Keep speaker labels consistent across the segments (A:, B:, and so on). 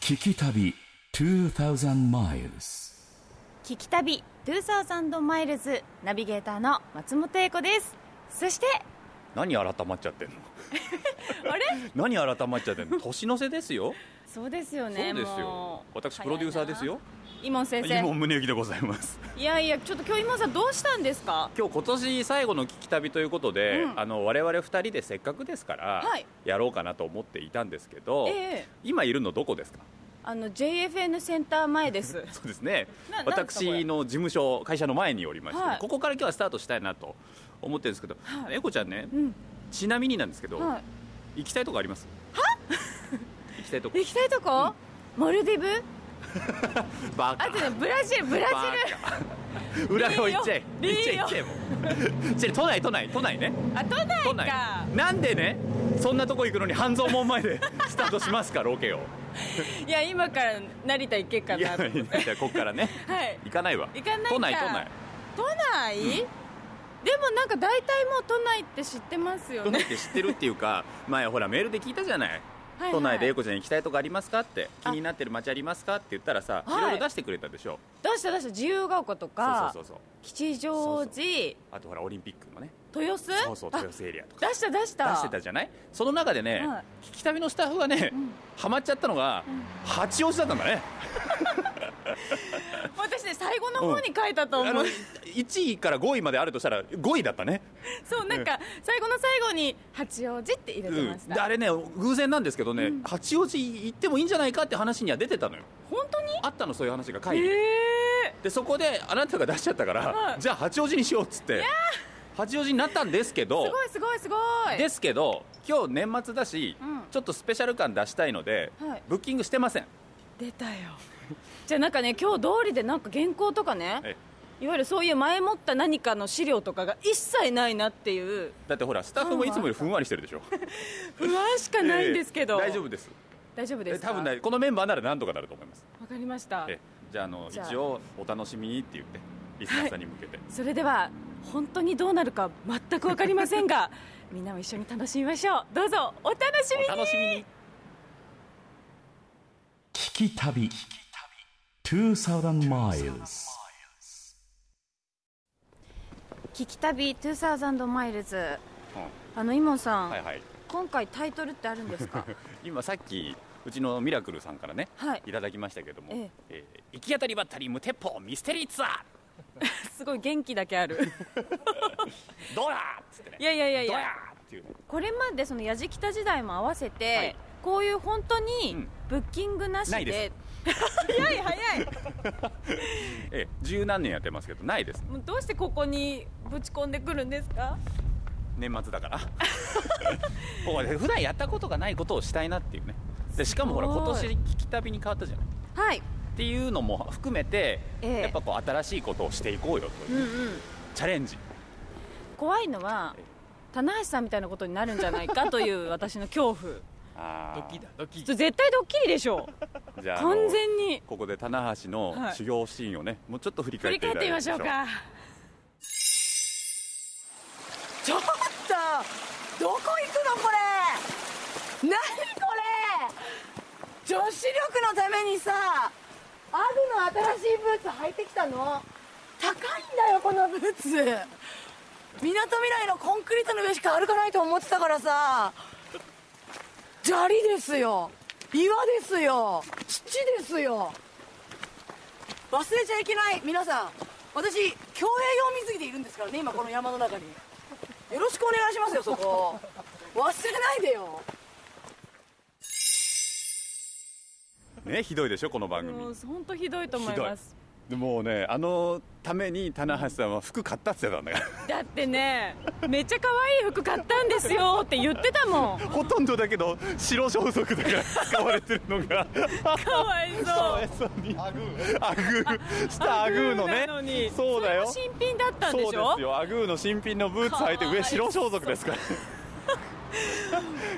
A: 聞き旅2000 miles
B: 聞き旅2000マイルズナビゲーターの松本英子ですそして
C: 何改まっちゃってんの
B: あれ
C: 何改まっちゃってんの年の瀬ですよ
B: そうですよ
C: そう
B: ね
C: ですよ
B: もう
C: 私プロデューサーですよ
B: イモン先
C: 今
B: 生
C: 宗行でございます
B: いやいやちょっと今日イモンさんどうしたんですか
C: 今日今年最後の聞き旅ということで、
B: うん
C: あの我々二人でせっかくですから、
B: はい
C: やろうかなと思っていたんですけど、
B: ええ
C: 今いるのどこですか
B: あの JFN センター前です
C: そうですね
B: ななんですかこれ
C: 私の事務所会社の前におりまして、
B: はい
C: ここから今日はスタートしたいなと思ってるんですけど、
B: はい
C: えこちゃんね、
B: うん
C: ちなみになんですけど、
B: は
C: 行きたいとこありますは行きたいとこ
B: い 行きたいとこ、モルディブ
C: バカ
B: あとねブラジルブラジ
C: ル裏を行っちゃえ
B: リー
C: 行っ
B: ヨ
C: ちゃえ行っちゃえもうちょ都内都内都内ね
B: ルあ都
C: 都
B: 内
C: 内
B: か
C: なんでねそんなとこ行くのに半蔵門前で スタートしますかロケを
B: いや今から成田行けっか
C: い
B: な
C: や
B: と
C: い
B: 思って
C: やこっからね
B: はい
C: 行かないわ
B: 行かないか
C: 都内都内
B: 都内、でもなんか大体もう都内って知ってますよ
C: 都内
B: ね
C: って知ってるっていうか前ほらメールで聞いたじゃない
B: はいはい
C: 都内で英子ちゃん行きたいとこありますかって気
B: あ
C: になってる街ありますかって言ったらさい
B: はい
C: ろいろ出してくれたでしょ
B: 出した出した自由が丘と
C: そう
B: か
C: そうそうそう
B: 吉祥寺
C: そうあとほらオリンピックのね
B: 豊洲
C: そうそう豊洲エリアとか
B: あ出した出した
C: 出してたじゃないその中でね、
B: はい
C: 聞き旅のスタッフがね、ハマっちゃったのが、八王子だったんだね
B: 私ね最後の方に書いたと思
C: あ
B: う、
C: の1位から5位まであるとしたら5位だったね、
B: そうなんか最後の最後に八王子って入れてまし
C: で
B: た、
C: あれね偶然なんですけどね、八王子行ってもいいんじゃないかって話には出てたのよ
B: 本当に
C: あったのそういう話が書いて、
B: ええ
C: でそこであなたが出しちゃったから、
B: はい
C: じゃあ八王子にしようっつって八王子になったんですけど
B: すごいすごいすごい
C: ですけど今日年末だし、
B: うん
C: ちょっとスペシャル感出したいので、
B: はい
C: ブッキングしてません
B: 出たよじゃあなんかね今日通りでなんか原稿とかね、
C: え
B: いわゆるそういう前もった何かの資料とかが一切ないなっていう
C: だってほらスタッフもいつもよりふんわりしてるでしょ
B: 不安しか ないんですけど、
C: ええ大丈夫です
B: 大丈夫ですか
C: 多分ねこのメンバーならなんとかなると思います、
B: わかりました
C: ええじゃああの
B: じゃあ
C: 一応お楽しみにって言 ってリスナーさんに向けて、
B: それでは本当にどうなるか全く分かりません がみんなも一緒に楽しみましょうどうぞお楽しみ
C: お
B: に
C: 楽しみに
A: 聞き旅2000 miles
B: 聞き旅2000マイルズ
C: う
B: あのイモンさん、
C: んはいはい
B: 今回タイトルってあるんですか
C: 今さっきうちのミラクルさんからね、
B: はい
C: い、ただきましたけども、
B: え
C: えー行き当たりばったり無鉄砲ミステリーツア
B: すごい元気だけある
C: ードラーっつってね
B: いやいやいやい
C: ド
B: や
C: ラーっていうね
B: これまでそのやじきた時代も合わせて、
C: はい
B: こういう本当に
C: うん
B: ブッキングなしで,、
C: ないで
B: 早い 早い
C: ええ十何年やってますけどないです
B: もうどうしてここにぶち込んでくるんですか
C: 年末 だから こうね普段やったことがないことをしたいなっていうねでしかもほら
B: すごい
C: 今年聞き旅に変わったじゃない
B: はい
C: っていうのも含めて、
B: ええ
C: やっぱこう新しいことをしていこうよと
B: う
C: い
B: ん
C: う、
B: うん
C: チャレンジ
B: 怖いのは棚橋さんみたいなことになるんじゃないかという私の恐怖
C: あー
D: ドキ
B: ちょ絶対ドッキリでしょう
C: じゃああの
B: 完全に
C: ここで棚橋の
B: はい
C: 修行シーンをね、もうちょっと振り
B: 振
C: 返っ
B: り
C: てい
B: 返
C: た
B: っ
C: だ
B: て
C: い
B: みましょ
C: て
B: うか
E: ちょっとどこ行くのこれ何これ女子力のためにさアグの新しいブーツ履いてきたの高いんだよこのブーツみなとみらいのコンクリートの上しか歩かないと思ってたからさ砂利ですよ岩ですよ土ですよ忘れちゃいけない皆さん私競泳用水着でいるんですからね今この山の中によろしくお願いしますよそこ忘れないでよ
C: ねひどいでしょこの番組
B: もう本当ひどいと思います
C: でもうねあのために棚橋さんは服買ったって言ってたんだ か
B: だってねめっちゃ可愛い服買ったんですよって言ってたもん
C: らほとんどだけど白装束だから使われてるのが
B: かわい
C: かわ
B: そ
C: いうそうにアグーアグー下アグーのね
B: アグーなに
C: そうだよ
B: それも新品だったんでしょ
C: そうですよアグーの新品のブーツ履いて
B: かわい
C: 上
B: そう
C: 白装束です から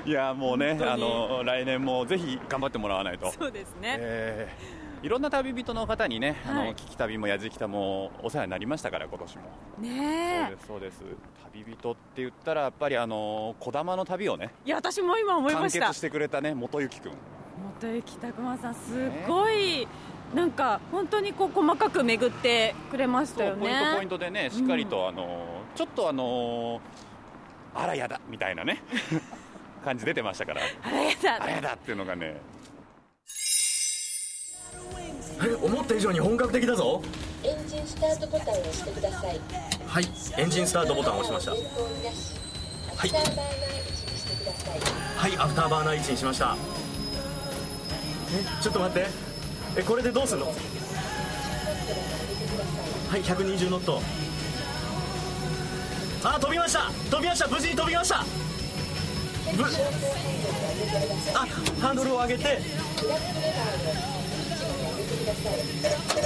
C: いやもうね
B: 当に
C: あの来年もぜひ頑張ってもらわないと
B: そうですね、
C: えーいろんな旅人の方にね、
B: は
C: あ
B: い
C: の聞き旅もやじきたもお世話になりましたから今年もそう
B: ねえ
C: ですそうです旅人って言ったらやっぱりあのー、小玉の旅をね
B: いや私も今思い
C: 完
B: ました
C: 結してくれたね元幸くん
B: もと駅たくまさんすごいなんか本当にこう細かく巡ってくれました
C: そう
B: よ
C: ポイ
B: ね
C: ントポイントでねしっかりと、あのちょっとあのあらやだみたいな ね感じ出てましたから
B: あれだ
C: あらやだっていうのがね
D: 思った以上に本格的だぞ
F: エンジンスタートボタンを押してください。
D: はいエンジンスタートボタンを押しました
F: 前方なし。ア
D: はい
F: フターバーナー位置にしてください。
D: はいアフターバーナー位置にしましたえちょっと待ってえこれでどうすんのはい120ノットあ飛びました飛びました無事に飛びましたぶあハンドルを上げてはい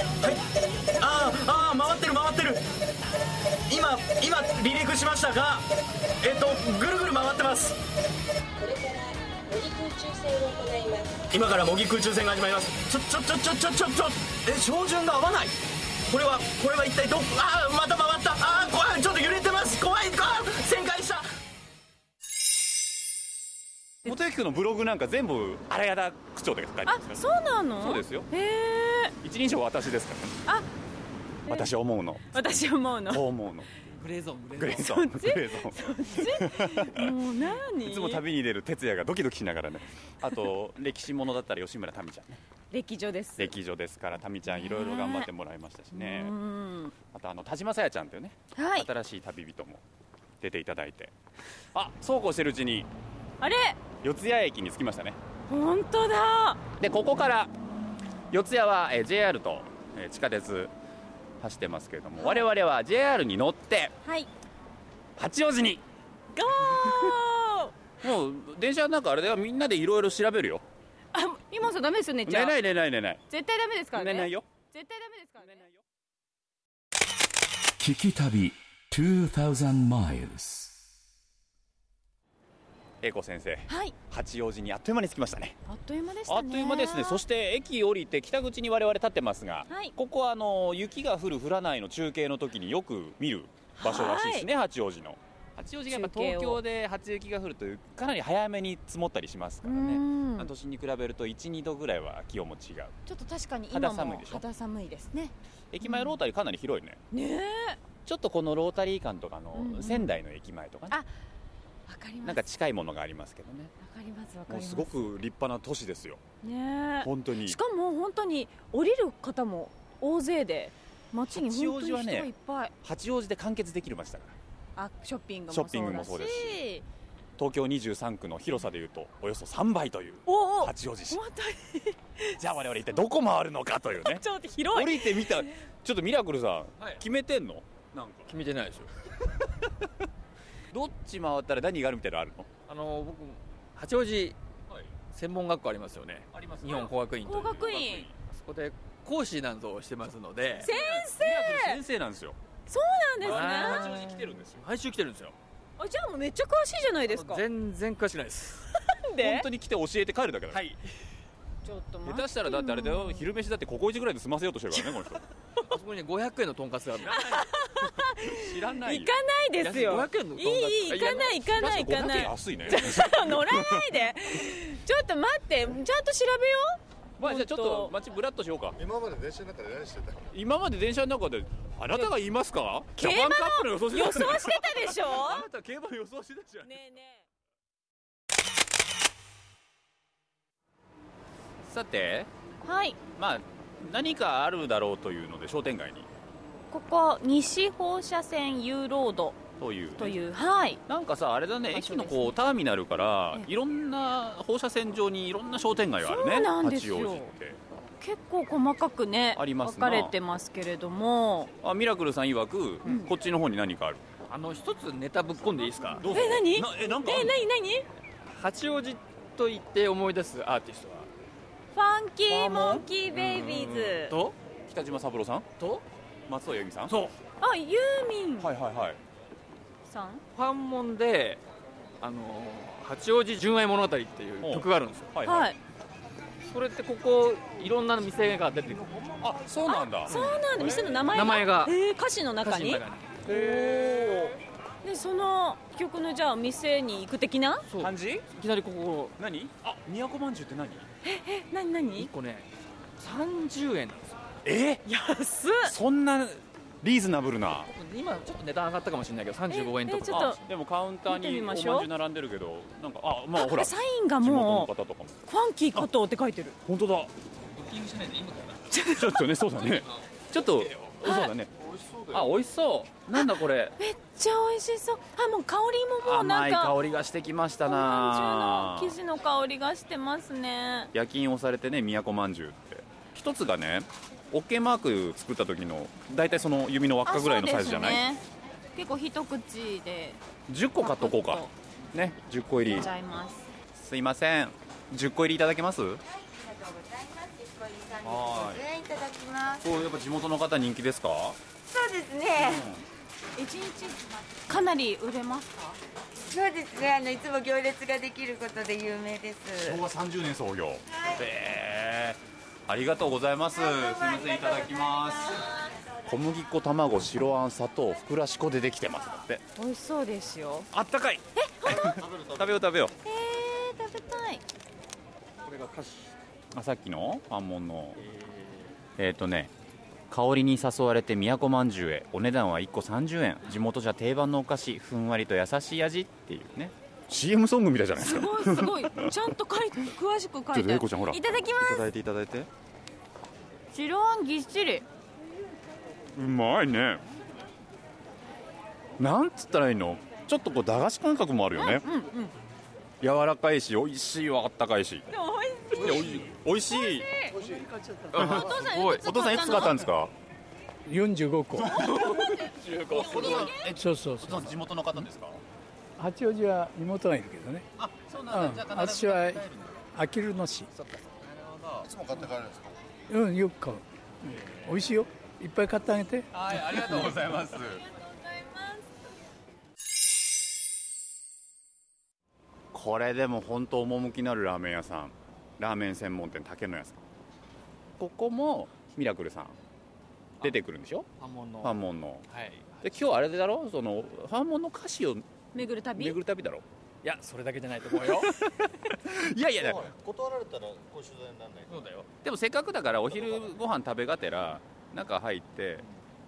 D: あーあー回ってる回ってる今今離陸しましたがえっとぐるぐる回ってます
F: これから模擬空中戦を行います。
D: 今から模擬空中戦が始まりますちょちょちょちょちょちょちょえ照準が合わないこれはこれは一体どこあーまた回ったあー怖いちょっと揺れてます怖いあー旋回した
C: 元駅君のブログなんか全部あらやだ口調で書いてま
B: あ
C: すから
B: そうなの
C: そうですよ
B: へえ
C: 一人称私ですから
B: あ
C: ね 私思うの
B: 私思うの
C: こう思うのグレーゾーン
B: そっち
C: グレーゾーン
B: もう何
C: いつも旅に出る哲也がドキドキしながらねあと歴史ものだったら吉村民ちゃん ね
B: 歴女です
C: 歴女ですから民ちゃんいろいろ頑張ってもらいましたしね
B: うん
C: あとあの田島さやちゃんっていうね、
B: はい
C: 新しい旅人も出ていただいてあそうこうしてるうちに
B: あれ
C: 四ツ谷駅に着きましたね
B: 本当だ
C: でここから四ツ谷は、えー JR と、えー地下鉄走ってますけれども、我々は JR に乗って
B: はい
C: 八王子に
B: ゴー
C: もう電車なんかあれだよみんなでいろいろ調べるよ
B: あ今さダメですよねじゃ
C: 寝
B: あ
C: ない寝ない寝ない
B: 絶対ダメですからね
C: 寝ないよ
B: 絶対ダメですからね
A: 聞き旅2000 miles
C: 英子先生
B: はい
C: 八王子にあっという間に着きましたね
B: あっという間でしたね
C: あっという間ですねそして駅降りて北口に我々立ってますが、
B: はい
C: ここはあの雪が降る降らないの中継の時によく見る場所らしいですね、八王子の八王子がやっぱ東京で初雪が降るというかなり早めに積もったりしますから
B: う
C: ね
B: ん
C: まあ都心に比べると12度ぐらいは気温も違う
B: ちょっと確かに
C: 肌
B: 今
C: 寒い
B: も
C: でしょ
B: 肌寒いですね
C: 駅前ロータリーかなり広いね、
B: ねえ
C: ちょっとこのロータリー間とかの
B: うんうん
C: 仙台の駅前とかね、
B: わかりま
C: なん
B: すわ
C: か近いものがありますけどね
B: かりますわかり
C: も
B: ま
C: う
B: す
C: すごく立派な都市ですよ
B: ね
C: 本当
B: え
C: に
B: しかも本当に降りる方も大勢で街に本当に人がいっぱい、
C: 八王子で完結できる街だから
B: あショッピングも
C: シ
B: そ
C: ョ
B: うだ
C: ッ
B: し
C: ピングもそうです東京23区の広さでいうとおよそ3倍という
B: おお本
C: 八王子市
B: 当に
C: じゃあ我々一体どこ回るのかというね
B: ちょっと
C: 降
B: 広い
C: りて みたちょっとミラクルさん、決めてんのなんか
G: 決めてないですよ
C: どっち回ったら何があるみたいなのあるの
G: あの僕八王子専門学校ありますよねあります日本工学院という
B: 工学院
G: そこで講師なんぞをしてますので
B: 先
C: ミラクル先生なんですよ
B: 生なんですね
G: 来てるんですよ毎週来てるんですよ
B: あじゃあもうめっちゃ詳しいじゃないですか
G: 全然詳しくないです
B: なん
C: 本
B: で
C: 当に来て教えて帰るだけだから、
G: い
B: ちょっと待って
C: 下手したらだってあれだよ昼飯だってここ1ぐらいで済ませようとしてるからねこの
G: あそこにね500円のとんかつがあるの
C: 人知らな
B: 行
C: いよ
B: かないですよ
G: 安い500円の
B: い
G: とんかつ
B: いいい行かない行かない行か
C: 500
B: な
C: 円
B: い
C: 安いね
B: 乗らないでちょっと待ってちゃんと調べよ
C: まあじゃあちょっと街ブラッとしようか
H: 今まで電車の中で何してた
C: 今まで電車の中であなたが言いますかジャ
B: 競馬
C: パン
B: の
C: カップの予想して
B: う予
C: た
B: 想してたでしょ
C: あなた競馬の予想してたじゃん
B: ねえねえ
C: さて
B: はい
C: まあ何かあるだろうというので商店街に
B: ここ西放射線 U ロード
C: というね
B: というはい
C: なんかさあれだね
B: 場
C: 駅
B: 所ですね
C: のこうターミナルから
B: ええ
C: いろんな放射線上にいろんな商店街があるね
B: そうなんですよ
C: 八王子って
B: 結構細かくね
C: あります
B: 分
C: な
B: かれてますけれども
C: あミラクルさん曰く、こっちの方に何かある
G: あの一つネタぶっこんでいいですか
C: どうぞ
B: え何
C: なえなんかあ
B: え
C: る
B: 何何
G: 八王子と言って思い出すアーティストは
B: ファンキーモンキーベイビーズ
G: と
C: 北島三郎さん
G: と
C: 松尾由美さん
G: そう
B: あユーミン
C: はいはいはい
B: さん
G: ファンモンであの八王子純愛物語っていう曲があるんですよ
C: はい
B: はい
G: それってここいろんな店が出てくる
C: あそうなんだ
B: そうなんだ店の名前が
G: 名前が
B: えー歌詞の中に
G: 歌詞の中
B: でその曲のじゃあ店に行く的な
G: そう
C: 漢字
G: いきなりここ
C: 何あ都まんじゅうって何
B: え何何
G: 1個ね30円なんですよ
C: え
B: 安っ
C: そんなリーズナブルな
G: 今ちょっと値段上がったかもしれないけど35円と
B: ええちょっ
G: か
C: あでもカウンター
B: 見て
C: に
B: み
C: お
B: ま
C: まん
B: し
C: じ
B: ょう
C: ゅう並んでるけどなんかあまあほら地
B: サインが
C: 元の
B: も
C: 方とかも
B: うファンキー加藤って書いてる
C: 本当 だちょっとねそうだね
G: ちょっと
C: そうだね
G: あ美味しそうなんだこれ
B: めっちゃ美味しそうあもう香りももうな
C: 甘
B: ん
C: い
B: か
C: 香りがしてきました
B: おま
C: なん
B: じゅうの生地の香りがしてますね
C: 夜勤をされてね都まんじゅうって一つがねオッケーマーク作った時の大体その指の輪っかぐらいのサイズじゃない、
B: あそうですね結構一口で
C: 10個買っとこうかね10個入
B: い
C: り
B: っちゃいます
C: すいません10個入りいただけます
E: ございただきます。
C: こうやっぱ地元の方人気ですか
E: そうですね。
B: 一日かなり売れますか
E: そうですね。あのいつも行列ができることで有名です。
C: 昭和30年創業へえありがとうございますすいませんいただきます小麦粉卵白あん砂糖ふくらし粉でできてますだって
B: 美味しそうですよ
C: あったかいえ 食べよう食べよう
B: えー、食べたい
C: あさっきのパンモンのえっ、とね香りに誘われて都まんじゅうへお値段は1個30円地元じゃ定番のお菓子ふんわりと優しい味っていうね CM ソングみたいじゃないで
B: す
C: すか
B: ごいすごいちゃんと書いて詳しく書いてある
C: ちょっと英子ちゃんほら
B: いただきま
C: いただいていただいて
B: す白あんぎっしり
C: うまいねなんつったらいいのちょっとこう駄菓子感覚もあるよね、
B: うんうんで
C: 柔らかいし美味しいはあったかいし
B: も美味しい
C: いや美味しい
B: お父さんいくつ買ったの
C: お父さんいくつ買ったんですか
H: 45個
C: お父さんえ
H: そうそうそう
C: 地元の方ですか
H: 八王子は妹がいるけどね
C: あそう
H: うん私はあきる野市うんよく買う美味しいよいっぱい買ってあげて
C: はいありがとうございますこれでも本当趣のあるラーメン屋さんラーメン専門店竹の屋さんここもミラクルさん出てくるんでしょ
G: パンモンの
C: ファ
G: は
C: ンモンの
G: い
C: で今日あれだろそのファンモンの歌詞を
B: 巡る旅
C: 巡る旅だろ
G: いやそれだけじゃないと思う よ
C: いやいやだ
I: 断られたらこう取材にならない
G: そうだよ
C: でもせっかくだからお昼ご飯食べがてら中入って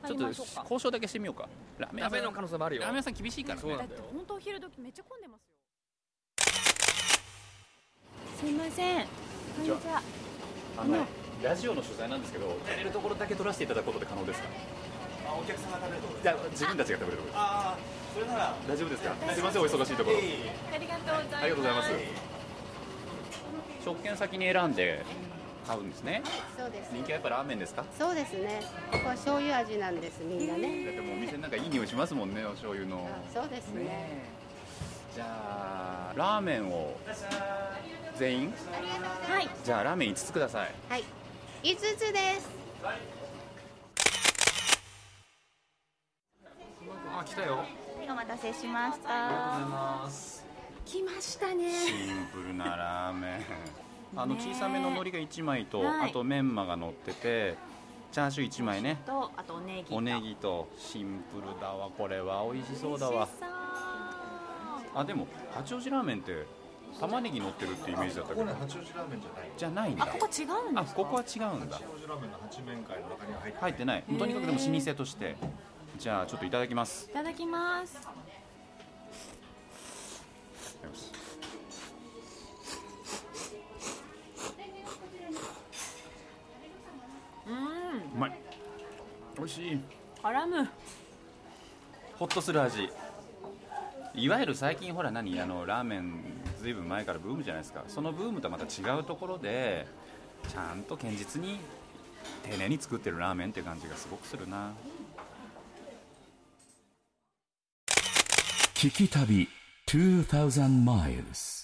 C: ち
B: 入
C: ょっ
B: り
C: と
B: ましょうか
C: 交渉だけしてみようかラーメン
G: ダ
C: 屋さ
G: メ
C: ん
G: の可能性もあるよ
C: ラーメン屋さん厳しいから
G: そう
C: ね
G: な
B: だっ
G: んだ
B: て
G: よ
B: 本当お昼時めっちゃ混んでますよすいませんこんにちは
C: あのラジオの取材なんですけど食べるところだけ取らせていただくことって可能ですか
I: あお客さんが食べるとこ
C: じゃあ自分たちが食べるところ
I: ああそれなら
C: 大丈夫ですかすいませんお忙しいところ
B: ありがとうございます
C: ありがとうございます食券先に選んで買うんですね
J: そうです。
C: 人気はやっぱラーメンですか
J: そうですね。ここは醤油味なんです。みんなね。
C: だってもうお店なんかいい匂いしますもんねお醤油の
J: あそうですね。
C: じゃあラーメンを全員
B: はい
C: じゃあラーメン5つください
J: はい。五つです。
G: あ来たよ
E: お待たせしました。
B: 来ましたね
C: シンプルなラーメンあの小さめの海苔が1枚と、
B: はい
C: あとメンマが乗っててチャーシュー1枚ね
B: とあとおネギと
C: おネギとシンプルだわこれは美味しそうだわ
B: 美味しそう
C: あでも八王子ラーメンって玉ねぎ乗ってるってイメージだったけど
I: 八王子ラーメンじゃない
C: じゃないん
B: あ
C: だ
B: ここ違うん
C: あ
B: ですか
C: ここは違うんだ
I: 王子ラーメンの八面会の中には入って
C: 入ってないとにかくでも老舗としてじゃあちょっといただきます
B: いただきますうん
C: うまい美味しい
B: 絡む
C: ホッとする味いわゆる最近ほら何あのラーメンずいぶん前からブームじゃないですかそのブームとはまた違うところでちゃんと堅実に丁寧に作ってるラーメンって感じがすごくするな
A: 聞き旅2000 miles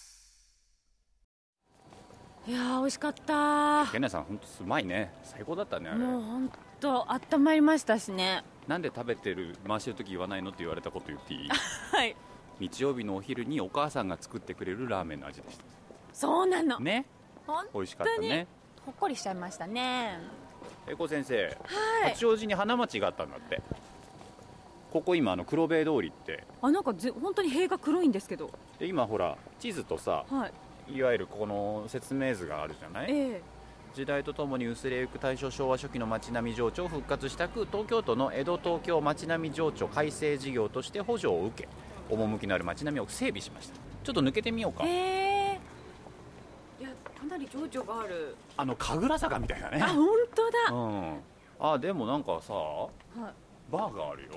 B: いやー美味しかった
C: 源内さん本当うまいね最高だったねあれ
B: もう本当あったまりましたしね
C: なんで食べてる回してる時言わないのって言われたこと言っていい
B: はい
C: 日曜日のお昼にお母さんが作ってくれるラーメンの味でし
B: そうなの、
C: たね
B: 本
C: 美味しかっ
B: 当
C: た
B: に
C: ね
B: ほっこりしちゃいましたね
C: 英子先生
B: はい
C: 八王子に花町があったんだってここ今あの黒部通りって
B: あなんかぜ本当に塀が黒いんですけど
C: で今ほら地図とさ
B: はい
C: いわゆるこの説明図があるじゃない、
B: ええ
C: 時代とともに薄れゆく大正昭和初期の町並み情緒を復活したく東京都の江戸東京町並み情緒改正事業として補助を受け趣のある町並みを整備しましたちょっと抜けてみようか、
B: ええいやかなり情緒がある
C: あの神楽坂みたいなね
B: あ本当だ、
C: う
B: は
C: んあでもなんかさ
B: い
C: バーがあるよ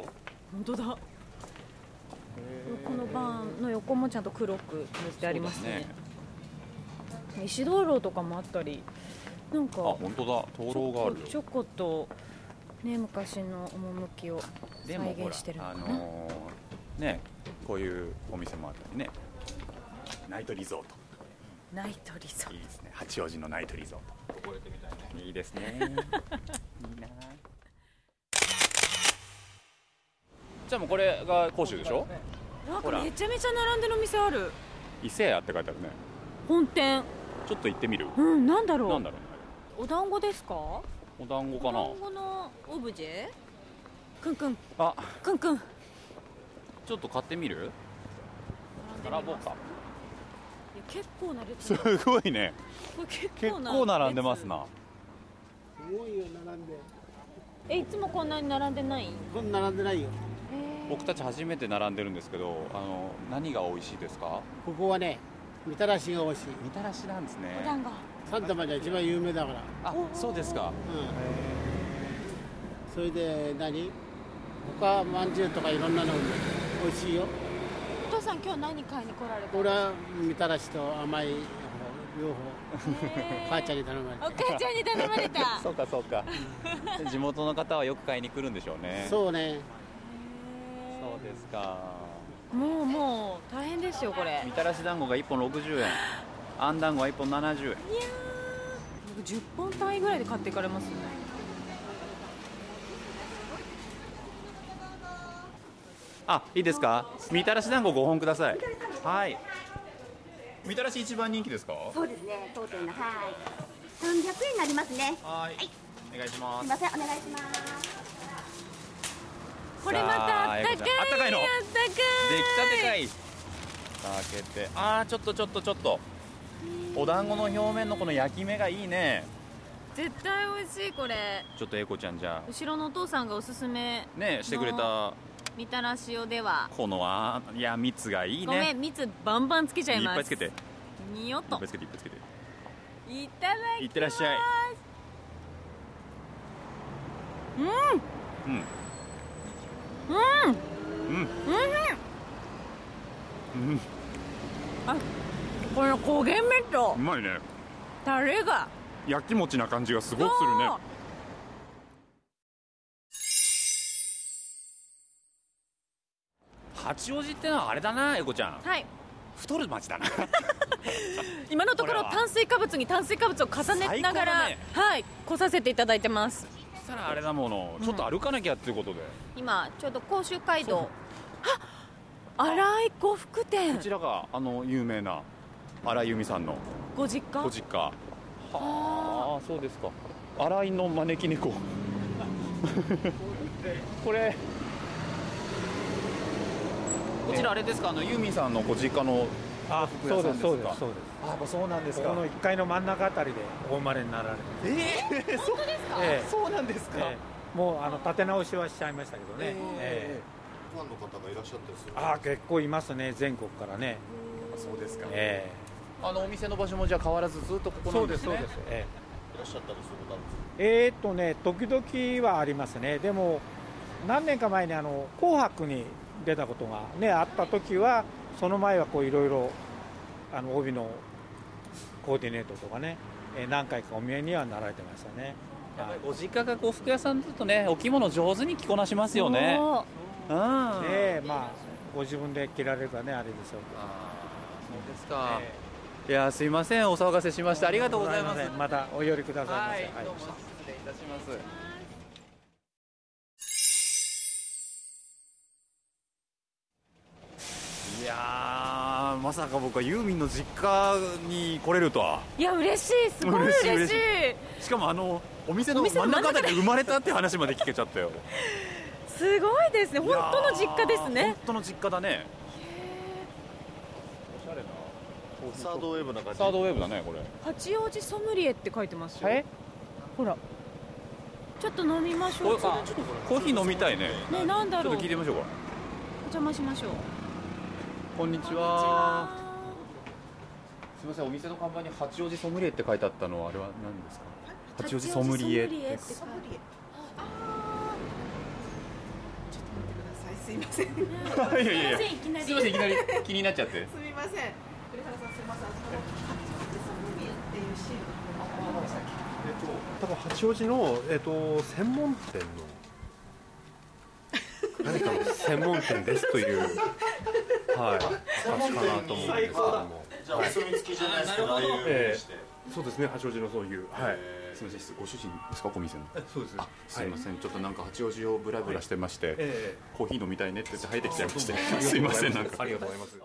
B: 本当だこのバーンの横もちゃんと黒く塗ってありますね石灯籠とかもあったりなんか
C: あ本当だ灯籠があるよ
B: ちょこちょことね昔の趣を
C: で
B: 再
C: もほ
B: 現
C: ら
B: してるのか
C: あ
B: な、
C: のーねこういうお店もあったりねナイトリゾー
B: ナイトリゾ
C: ト
B: ー
C: いいですね八王子のナイトリゾートいいです ねいいなじゃあもうこれが甲州でしょ
B: トなん
C: ほら
B: かめちゃめちゃ並んでるお店ある
C: 伊勢屋って書いてあるね
B: 本店
C: ちょっと行ってみる
B: うんなんだろう
C: なんだろ
B: お団子ですか
C: うお団子
B: お
C: かな
B: 団子のオブジェくんくん
C: あ
B: くんくん
C: ちょっと買ってみる並ぼうか
B: いや結構な列
C: すごいね
B: これ
C: 結構並んでますな
B: えいつもこんなに並んでない
C: 僕たち初めて並んでるんですけどあの何が美味しいですか
K: ここはね、みたらしが美味しい。
C: みたらしなんですね
B: お団子
K: サンタマリは一番有名だから。
C: あそうですか
K: それで何他まんじゅうとかいろんなのも美味しいよ。
B: お父さん今日何買いに来られた
K: 俺はみたらしと甘い方両方、
B: へー
K: 母ちゃんに頼まれ
B: お母ちゃんに頼まれた
C: そうかそうか 地元の方はよく買いに来るんでしょうね
K: て。そうね。
C: そうですか
B: もうもう大変ですよこれ
C: みたらし団子が1本60円あん団子は1本70円
B: いやー10本単位ぐらいで買っていかれますね
C: あいいですかみたらし団子5本くださいはいみたらし一番人気ですか
J: そうですね、当店の、はい。三百円になりますね。
C: はいお願いしますす
J: みません、お願いします。
B: これまたあったかい
C: さああったかいの
B: あったか
C: 出
B: い
C: 来たてかい開けてあーちょっとちょっとちょっとお団子の表面のこの焼き目がいいね
B: 絶対美味しいこれ
C: ちょっと英子ちゃんじゃ
B: 後ろのお父さんがおすすめ
C: あねしてくれた
B: みたらしおでは
C: このあいや蜜がいいね
B: ごめん蜜バンバンつけちゃい
C: いっ
B: ます
C: ぱいつけていっ
B: によっ
C: ぱ
B: と
C: いつけていっぱいつけて
B: いただきます
C: いってらっしゃいうんうんうんうん
B: この焦げ目と
C: うまいね
B: タレが
C: 焼き餅な感じがす
B: ど
C: ごくするね八王子ってのはあれだな英子ちゃん
B: はい
C: 太る町だな
B: 今のところ
C: これは
B: 炭水化物に炭水化物を重ねながら、
C: 最高だね
B: はい来させていただいてます
C: そしたらあれだものちょっと歩かなきゃっていうことで、
B: 今ちょうど甲州街道あ新井呉服店
C: こちらがあの有名な荒井由実さんの
B: ご実家
C: ご実家はあそうですか新井の招き猫 これこちらあれですかあのユーミンさんのご実家の
I: あ
C: 服屋さんですか
I: そうです
C: あやっぱそうなんです
I: ここの1階の真ん中あたりでお生まれになられて
C: えー、そう
I: か
C: です
I: ええ
C: そうなんですか、
I: ええもうあの立て直しはしちゃいましたけどね、え
K: ファンの方がいらっしゃったりす
I: えああ結構いますね全国からね、
C: そうですか、
I: え
C: あのお店の場所もじゃあ変わらずずっと
I: え
C: ここな
I: そ
C: ん
I: う
C: で
I: です
C: す
I: そう
C: ね
I: です、え
K: いらっしゃったりすることあるんですか
I: ええーっとね時々はありますねでも何年か前にあの「紅白」に出たことが、ね、あった時はその前はこういろいろあの帯のコーディネートとかね、ええ何回かお見えにはなられてましたね
C: やっぱりご実家が呉服屋さんだとねお着物上手に着こなしますよね
B: おー
C: うん
I: ねえまあご自分で着られるかねあれでしょうけど
C: あーそうですか、
I: ええ
C: いやすいませんお騒がせしましたありがとうございます
I: せんまたお寄りくださいま
C: は
I: せ
C: い、どうも失礼いたしますいやーまさか僕はユーミンの実家に来れるとはい
B: や嬉しいすごい嬉しい
C: 嬉しいしかもあのお店の
B: お店
C: 真
B: の
C: ん
B: 真ん
C: 中
B: 中
C: で
B: で
C: 生まれたって話まで聞けちゃったよ
B: すごいですね本当の実家です
C: いやー
B: ね
C: 本当の実家だねおしゃれなサードウェーブな感
B: じ
C: サードウェーブだねこれ
B: 八王子ソムリエって書いてますよ
I: ほら
B: ちょっと飲みましょうか
C: コーヒー飲みたいね
B: ねなんだろう
C: ちょっと聞いてみましょうか
B: お邪魔しましょう
C: こんにちはすみませんお店の看板に八王子ソムリエって書いてあったのはあれは何ですか八王子ソムリエ
L: って
C: です
L: ソムリエあーちょっと待ってくださいすいません
C: いやいやいや
L: すいませんいきなり
C: すいませんいきなり気になっちゃって
L: すみません栗原さんすいませんあそこソムリエっていうシールがありましたっけ
M: 多分八王子の、えっと、専門店の何かの専門店ですというはい
D: 専門
M: 形か
D: 店
M: なと思うんですけど
D: 最高だ
M: も
D: じゃあお墨付きじゃないですけどああいうふうに
M: え
D: して
M: えそうですね八王子のそういうはい
C: すみませんご主人ですかお店の
M: そうです
C: すいません、ちょっとなんか八王子をブラブラしてまして、
M: え
C: コーヒー飲みたいねって言って入ってきちゃいまして
M: あそう
C: すいませんなんか
M: ありがとうございます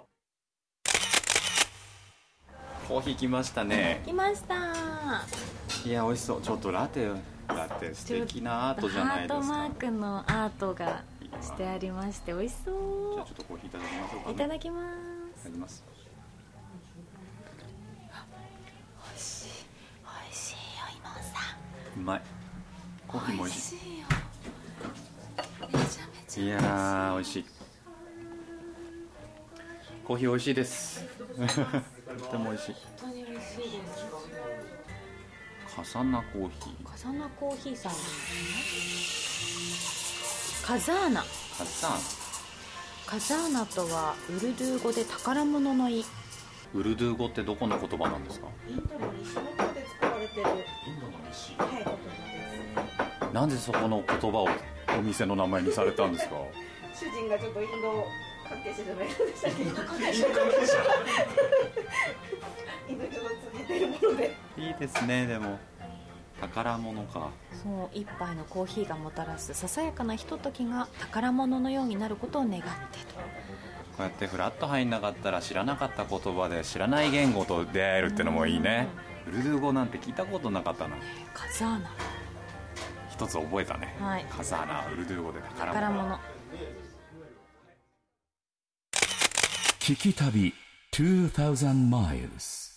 C: コーヒー来ましたね
N: 来ました
C: いや美味しそうちょっとラテラテ素敵なアートじゃないです
N: ハートマ
C: か
N: ークのアートがしてありまして美味しそう
C: ちょっとコーヒーいただきましょうか、
N: いただ
C: き
N: きま
C: ます
N: す美味しい美味しいよ今
C: うまいコーヒーも美味し
N: さん
C: い
N: 美味しいよ
C: いやー美味しいコーヒー美味しいですとても美味しい
N: 本当に美味しいです
C: カサナコーヒ
N: カサナコーヒーさんカザーナ
C: ーカサー
N: カザーナとはウルドゥー語で宝物の意
C: ナウルドゥー語ってどこの言葉なんですか
L: インドの西の方で使われてるインドの西はい言葉
C: なんでそこの言葉をお店の名前にされたんですか
L: です主人がちょっとインド関係者じゃないでしたっけインド関
D: 係者
L: インド語つけてるもので
C: いいですねでも宝物か
N: そう一杯のコーヒーがもたらすささやかなひとときが宝物のようになることを願って
C: こうやってフラッと入んなかったら知らなかった言葉で知らない言語と出会えるってのもいいねウルドゥー語なんて聞いたことなかったな
N: カザーナ
C: 一つ覚えたね、
N: はい
C: カザーナウルドゥー語で宝物
N: 宝物
A: 聞き旅2000 miles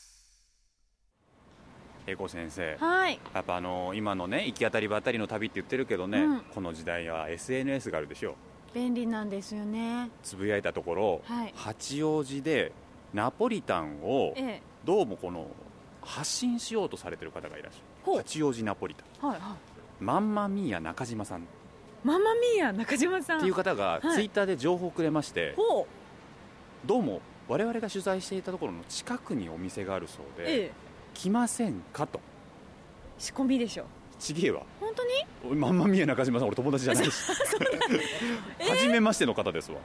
C: 英子先生
B: はい
C: やっぱあの今のね行き当たりばったりの旅って言ってるけどね、
B: うん
C: この時代は SNS があるでしょ
B: 便利なんですよね
C: つぶやいたところ、
B: はい
C: 八王子でナポリタンを
B: ええ
C: どうもこの発信しようとされてる方がいらっしゃる八王子ナポリタ
B: はいはい
C: ンマンマミーヤ中島さん
B: ママミーヤ中島さん
C: っていう方
B: は
C: が
B: い
C: ツイッターで情報をくれまして、
B: ほ
C: どうも我々が取材していたところの近くにお店があるそう
B: う
C: で、
B: ええ
C: 来ませんかと
B: 仕込みでしょ
C: ちげえわ
B: 本当に
C: 俺まんまみや中島さん俺友達じ ゃないし 初めましての方ですわ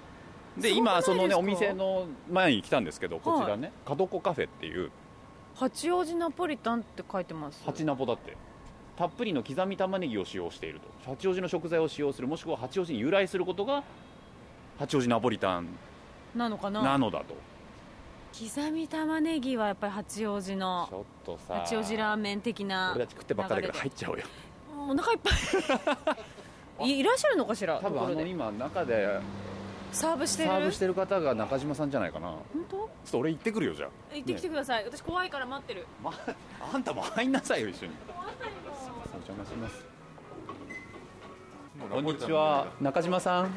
C: で今そのねお店の前に来たんですけどこちらね角子カフェっていう
B: 八王子ナポリタンって書いてます
C: 八ナポだってたっぷりの刻み玉ねぎを使用していると八王子の食材を使用するもしくは八王子に由来することが八王子ナポリタン
B: なのかな
C: なのだと
B: 刻み玉ねぎはやっぱり八王子の
C: ちょっとさ
B: 八王子ラーメン的な
C: 俺たち食ってばっかだけど入っちゃおうよ
B: もうお腹いっぱい いいらっしゃるのかしら
C: 多分あ
B: とこ
C: の
B: ろで
C: 今中で
B: サーブしてる
C: サーブしてる方が中島さんじゃないかな
B: 本当
C: ちょっと俺行ってくるよじゃあ
B: 行ってきて
C: ね
B: ください、私怖いから待ってる
C: あんたも入んなさいよ一緒にお邪魔しますこんにちは中島さん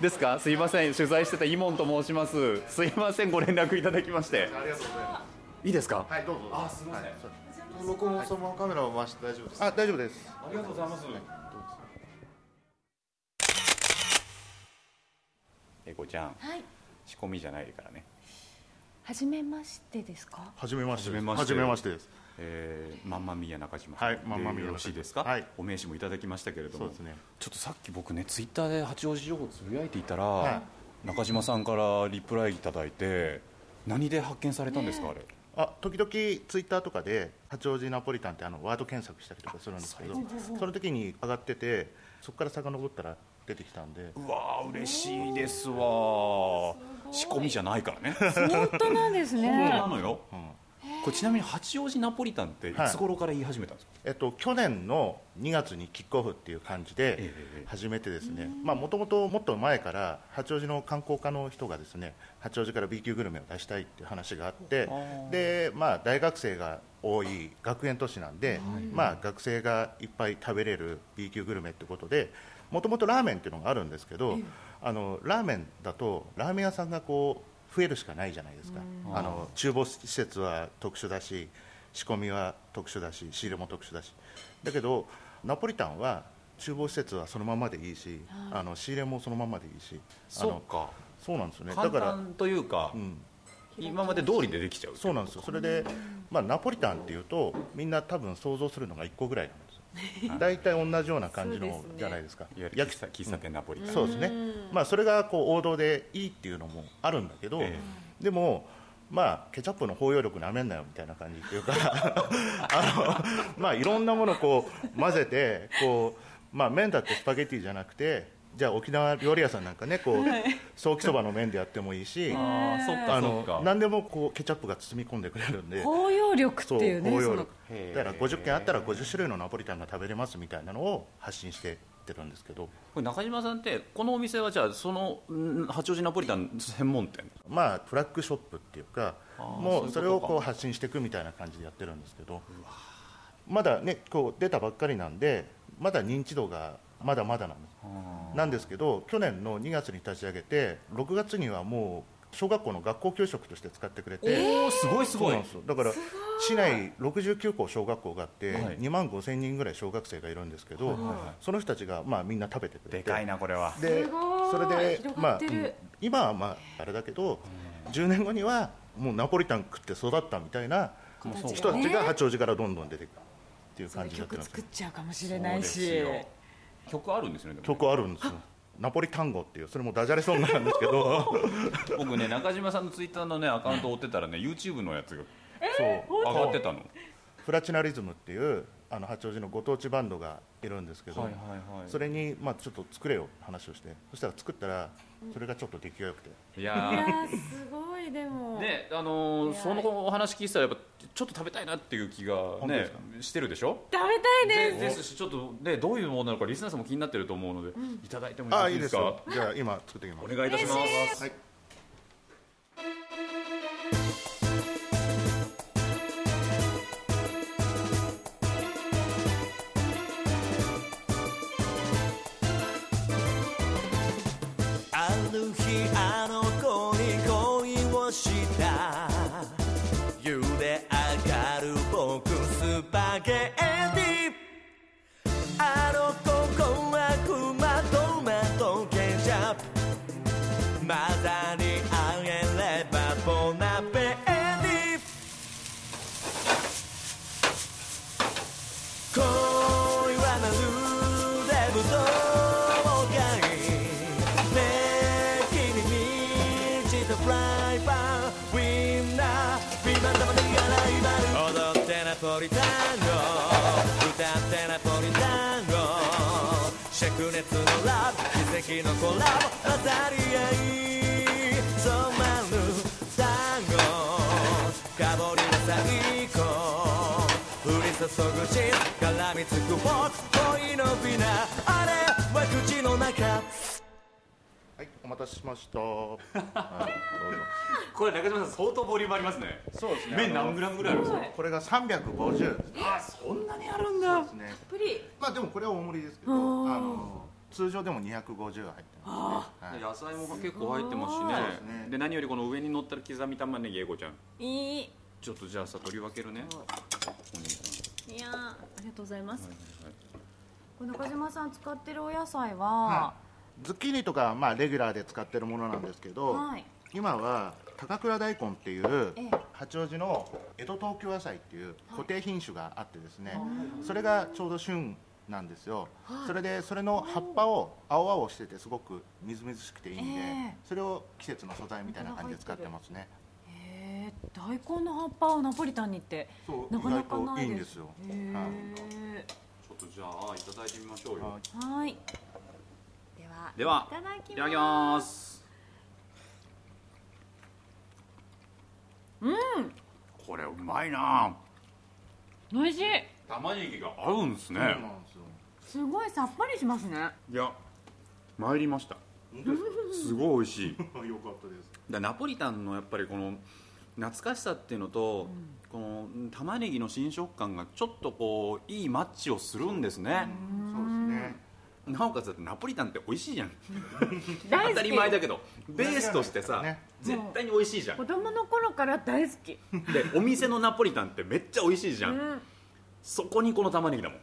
C: ですかすいません取材してたイモンと申しますすいませんご連絡いただきまして
O: ありがとうございま
C: いいですか
O: す。はい、どうぞ。あ、すみません。
C: 録音そのままカメラを回して大丈夫ですあ大丈夫です
O: ありがとうございます。
C: 英子ちゃん
N: はい
C: 仕込みじゃないからね
N: 初めましてですか
C: 初めま
O: してです
C: 初
O: 初
C: め
O: め
C: ま
O: ま
C: し
O: してて
C: で
O: ですす、
C: えー、マンマミーヤ中島
O: はい
C: で
O: マンマミーヤ
C: よろしいですか、お名刺もいただきましたけれども
O: そうですね
C: ちょっとさっき僕ねツイッターで八王子情報つぶやいていたら、
O: は
C: 中島さんからリプライいただいて何で発見されたんですか、あれ
O: あ、時々ツイッターとかで八王子ナポリタンってあのワード検索したりとかするんですけど
C: そうですね、
O: その時に上がってて、そこから遡ったら出てきたんで。
C: うわー嬉しいですわー仕込みじゃないからね
B: 本当なんですね
C: 本当なのよ、
O: うん
B: へえ
C: これちなみに八王子ナポリタンっていつ頃から言い始めたんですか、
O: えっと、去年の2月にキックオフっていう感じで始めてですねもともともっと前から八王子の観光課の人がですね八王子から B 級グルメを出したいっていう話があってで、まあ、大学生が多い学園都市なんで、まあ、学生がいっぱい食べれる B 級グルメってことでもともとラーメンっていうのがあるんですけど、あのラーメンだとラーメン屋さんがこう増えるしかないじゃないですか、あの厨房施設は特殊だし仕込みは特殊だし仕入れも特殊だしだけどナポリタンは厨房施設はそのままでいいし、あの仕入れもそのままでいいしあ
C: そ
O: の
C: うか
O: そうなんですよねだ
C: 簡
O: から
C: 単というか、今まで通りでできちゃう
O: そうなんですよそれで、まあ、ナポリタンっていうとみんな多分想像するのが1個ぐらいなんですよ大体同じような感じのじゃないですか
C: いわゆる喫茶喫茶店ナポリタン、
O: そうですね、まあ、それがこう王道でいいっていうのもあるんだけど、でも、まあ、ケチャップの包容力なめんなよみたいな感じっていう かあの、まあ、いろんなものをこう混ぜてこう、まあ、麺だってスパゲティじゃなくてじゃあ沖縄料理屋さんなんかねこう、
C: はい
O: ソーキそばの麺でやってもいいし
C: あーそっかそっか
O: 何でもこうケチャップが包み込んでくれるんで
B: 包容力っていうね
O: そ包容
B: その
O: 力だから50件あったら50種類のナポリタンが食べれますみたいなのを発信してってるんですけど。
C: これ中島さんってこのお店はじゃあそのん八王子ナポリタン専門店
O: まあフラッグショップっていうか
C: あー
O: もうそ
C: そう
O: れ
C: いうこと
O: を
C: か
O: こう発信していくみたいな感じでやってるんですけどまだねこう出たばっかりなんでまだ認知度がまだまだなんですなんですけど去年の2月に立ち上げて6月にはもう小学校の学校給食として使ってくれて
C: おーすごいすごい
O: そうなんですよだから市内69校小学校があって、
C: はい
O: 2万5000人ぐらい小学生がいるんですけど、
C: はいはいはい
O: その人たちがまあみんな食べてくれて
C: でかいなこれは
O: です
C: ご
O: そ
C: い
O: れで
C: 広
O: ま
C: が
O: あ
C: ってる
O: うん今はまああれだけど10年後にはもうナポリタン食って育ったみたいな
B: 子たちがね
O: 人たちが八王子からどんどん出てくるっていう感じになって
B: 曲
O: ます
B: 作っちゃうかもしれない
O: そう
B: し
O: ですよ
C: 曲あるんですよねでも
O: 曲あるんですよナポリタンゴっていうそれもダジャレソングなんですけど
C: 僕ね中島さんのツイッターのねアカウント追ってたらね YouTube のやつが
O: そう
C: 上がってたの
O: プラチナリズムっていうあの八王子のご当地バンドがいるんですけど、
C: はいはいはい
O: それに、まあ、ちょっと作れよって話をしてそしたら作ったらそれがちょっと出来が良くて、
C: いや
B: いやすごいでも
C: ーねあのーそのお話聞いてたらやっぱちょっと食べたいなっていう気が
O: 本当で
C: ね
O: す
C: してるでしょ
B: 食べたい
C: で
B: です
C: しちょっとねどういうものなのかリスナーさんも気になってると思うので、いただいても
O: あ
C: い
O: い
C: い
O: い
C: で
O: ですす
C: か
O: よじゃあ今作ってきます
C: お願いいたします嬉しい
O: はい
P: ある日あの子に恋をした茹で上がる僕スパゲティあの子はクマトマトケチャップまだにあげればボナペディ恋はまるでぶどうがいい君に満ちたフライパンウィンナービバンダマデリがライバル踊ってナポリタンゴ歌ってナポリタンゴ灼熱のラブ奇跡のコラボ混ざり合い染まるタンゴかぼりの最高降り注ぐ血絡みつくフォーク恋のビナあれは口の中
O: はい、お待たせしました。はいどうぞ
C: これ中島さん相当ボリュームありますね
O: そうですね。
C: 麺何グラムぐらいあるんですか
O: これが三百五十。
C: あ、そんなにあるんだ。
O: そうですね。
B: プリ
O: まあでもこれは大盛りですけど、あ
B: おー
O: の通常でも二百五十入ってますね。
C: 野菜も結構入ってますし
O: そう
C: ね
O: ですね
C: で何よりこの上に乗ったら刻み玉ねぎ英子ちゃん
B: いい
C: ちょっとじゃあさ取り分けるねお兄さん
B: いやーありがとうございます
C: はい
B: これ中島さん使ってるお野菜は、
O: はいズッキーニとかまあレギュラーで使ってるものなんですけど、
B: はい
O: 今は高倉大根っていう
B: ええ
O: 八王子の江戸東京野菜っていう固定品種があってですね、それがちょうど旬なんですよ、
Q: はい
O: それでそれの葉っぱを青々しててすごくみずみずしくていいんで、
B: ええ
O: それを季節の素材みたいな感じで使ってますね
B: えー大根の葉っぱをナポリタンにって
O: そう
B: なかなか
O: 意外と
B: ない
O: いん
B: で
O: ですすよ
B: へー
O: はい
C: ちょっとじゃあいただいてみましょうよ
B: はーい
C: ではい
B: ただ
C: い
B: きます
C: ただきます
B: うん
C: これうままいな
B: 美味しい
C: 玉ねぎが合うんですね、
B: すごいさっぱりしますね
C: いや参りましたすごい美味しい
M: よかったです
C: だナポリタンのやっぱりこの懐かしさっていうのと、この玉ねぎの新食感がちょっとこういいマッチをするんです
M: そう
C: ね
M: ですね
C: なおかつだってナポリタンって美味しいじゃん
B: 大好き
C: 当たり前だけどベースとしてさ、絶対に美味しいじゃん
B: 子供の頃から大好き
C: でお店のナポリタンってめっちゃ美味しいじゃん、
B: うん
C: そこにこの玉ねぎだもん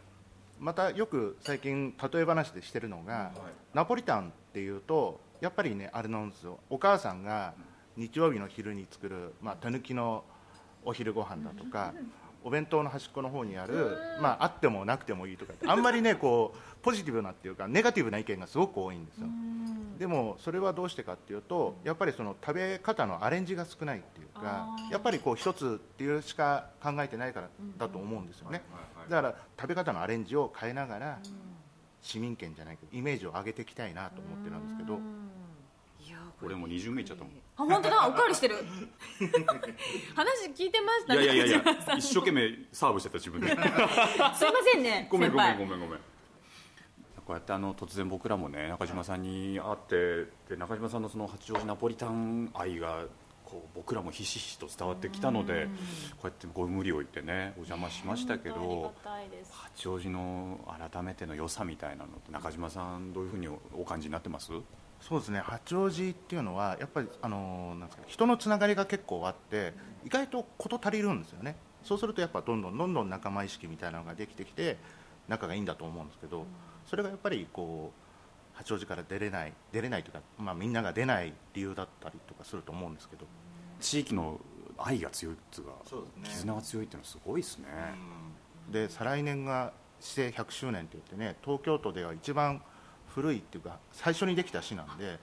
O: またよく最近例え話でしてるのが、ナポリタンっていうとやっぱりねあれなんですよお母さんが日曜日の昼に作るまあたぬきのお昼ご飯だとか、お弁当の端っこの方にある、まあ、あってもなくてもいいとかってあんまりねこうポジティブなっていうかネガティブな意見がすごく多いんですよでもそれはどうしてかっていうとやっぱりその食べ方のアレンジが少ないっていうかやっぱりこう一つっていうしか考えてないからだと思うんですよねだから食べ方のアレンジを変えながら市民権じゃないけどイメージを上げていきたいなと思ってるんですけど
C: 俺も2巡目いっちゃ ったもん
B: あ本当だおかわりしてる 話聞いてました
C: いやいやいやい
B: 藤
C: や
B: 原さん
C: 一生懸命サーブしてた自分 で
B: すいませんね
C: ごめんごめん
B: 先
C: ごめんごめんこうやってあの突然僕らもね中島さんに会ってで中島さんのその八王子ナポリタン愛がこう僕らもひしひしと伝わってきたのでこうやってご無理を言ってねお邪魔しましたけど
B: 輩ありがたいです
C: 八王子の改めての良さみたいなのって中島さんどういうふうにお感じになってます
O: そうですね八王子っていうのはやっぱりあのなんですか人のつながりが結構あって意外と事足りるんですよねそうするとやっぱどんどんどんどん仲間意識みたいなのができてきて仲がいいんだと思うんですけどそれがやっぱりこう八王子から出れない出れないというか、まあ、みんなが出ない理由だったりとかすると思うんですけど
C: 地域の愛が強いっていうか絆が強いっていうのはすごいですね
O: で再来年が市政100周年って言ってね東京都では一番古いっていうか最初にできた市なんで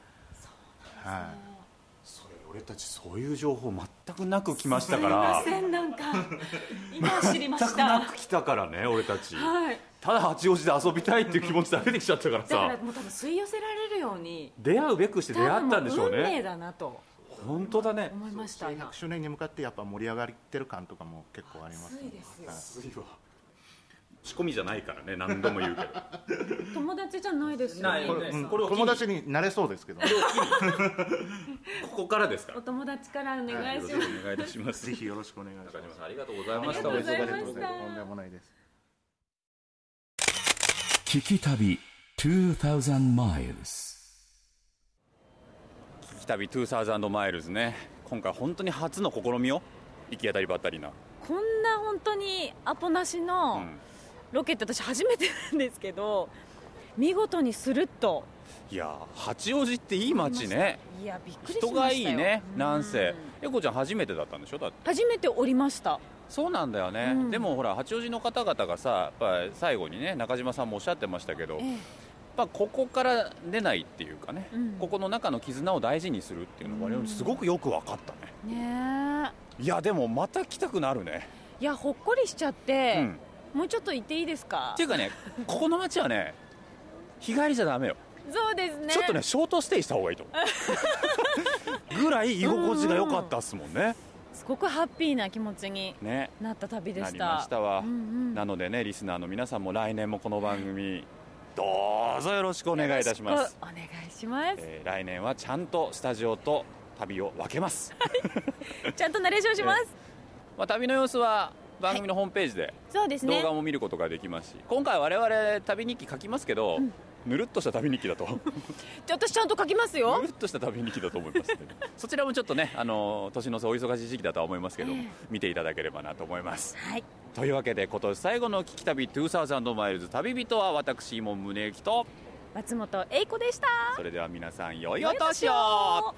O: はい
C: それ俺たちそういう情報全くなく来ましたか
B: すいま
C: ら
B: せんなんか今知りました
C: 全くなく来たからね俺たち
B: はい
C: ただ八王子で遊びたいっていう気持ちだけできちゃったから
B: だから
C: さ
B: もう多分吸い寄せられるように
C: 出会うべくして出会ったんでしょう
B: 多分も運命
C: ね
B: だなと
C: 本当だね
B: 思いました今
O: 100周年に向かってやっぱ盛り上がってる感とかも結構あります
B: 熱いですよ
C: 熱いわ仕込みじゃないからね何度も言う けど
B: 友達じゃないですよ
C: な
B: ね
C: い
O: これ,、
C: ね
O: うん、
C: これを機に
O: 友達になれそうですけどね
C: ここからですから
B: お友達からお願いし
C: よ
B: ま
C: ろ
B: す
C: くお願いいたします
O: ぜひよろしくお願いします
C: 中島さんありがとうございました
B: ありがとうございました
O: とんでもないです
A: 聞き旅2000 miles
C: 聞き旅2000マイルズね今回本当に初の試みを行き当たりばったりな
B: こんな本当にアポなしのロケって私初めてなんですけど見事にスルッと
C: いやー八王子っていい街ね
B: いやびっくりしました
C: 人
B: よ
C: がいいねなんせえこちゃん初めてだったんでしょだって
B: 初めて降りました
C: そうなんだよね、
B: うん
C: でもほら八王子の方々がさやっぱり最後にね中島さんもおっしゃってましたけど、
B: ええ
C: まあ、ここから出ないっていうかね、
B: うん
C: ここの中の絆を大事にするっていうのが我々すごくよく分かったね、
B: ね
C: いやでもまた来たくなるね、
B: えいやほっこりしちゃって、
C: うん、
B: もうちょっと行っていいですか
C: っていうかねここの街はね日帰りじゃダメよ
B: そうですね
C: ちょっとねショートステイした方がいいと 思うぐらい居心地が良かったっすもんね、
B: すごくハッピーな気持ちに
C: ね
B: なった旅でした
C: なりましたわ、
B: うんうん
C: なのでねリスナーの皆さんも来年もこの番組どうぞよろしくお願いいたします
B: お願いします、
C: えー来年はちゃんとスタジオと旅を分 けます、
B: ちゃんとナレーションします、
C: まあ、旅の様子は番組のホームページで
B: そうですね
C: 動画も見ることができますし今回我々旅日記書きますけど、ぬるっとした旅日記だと
B: じゃあ私ちゃんと書きますよ
C: ぬるっとした旅日記だと思いますね、 そちらもちょっとねあの年の差お忙しい時期だとは思いますけど、
B: ええ
C: 見ていただければなと思います
B: はい
C: というわけで今年最後の「聞き旅2000マイルズ旅人」は私今宗行と
B: 松本英子でした
C: それでは皆さん良いお年を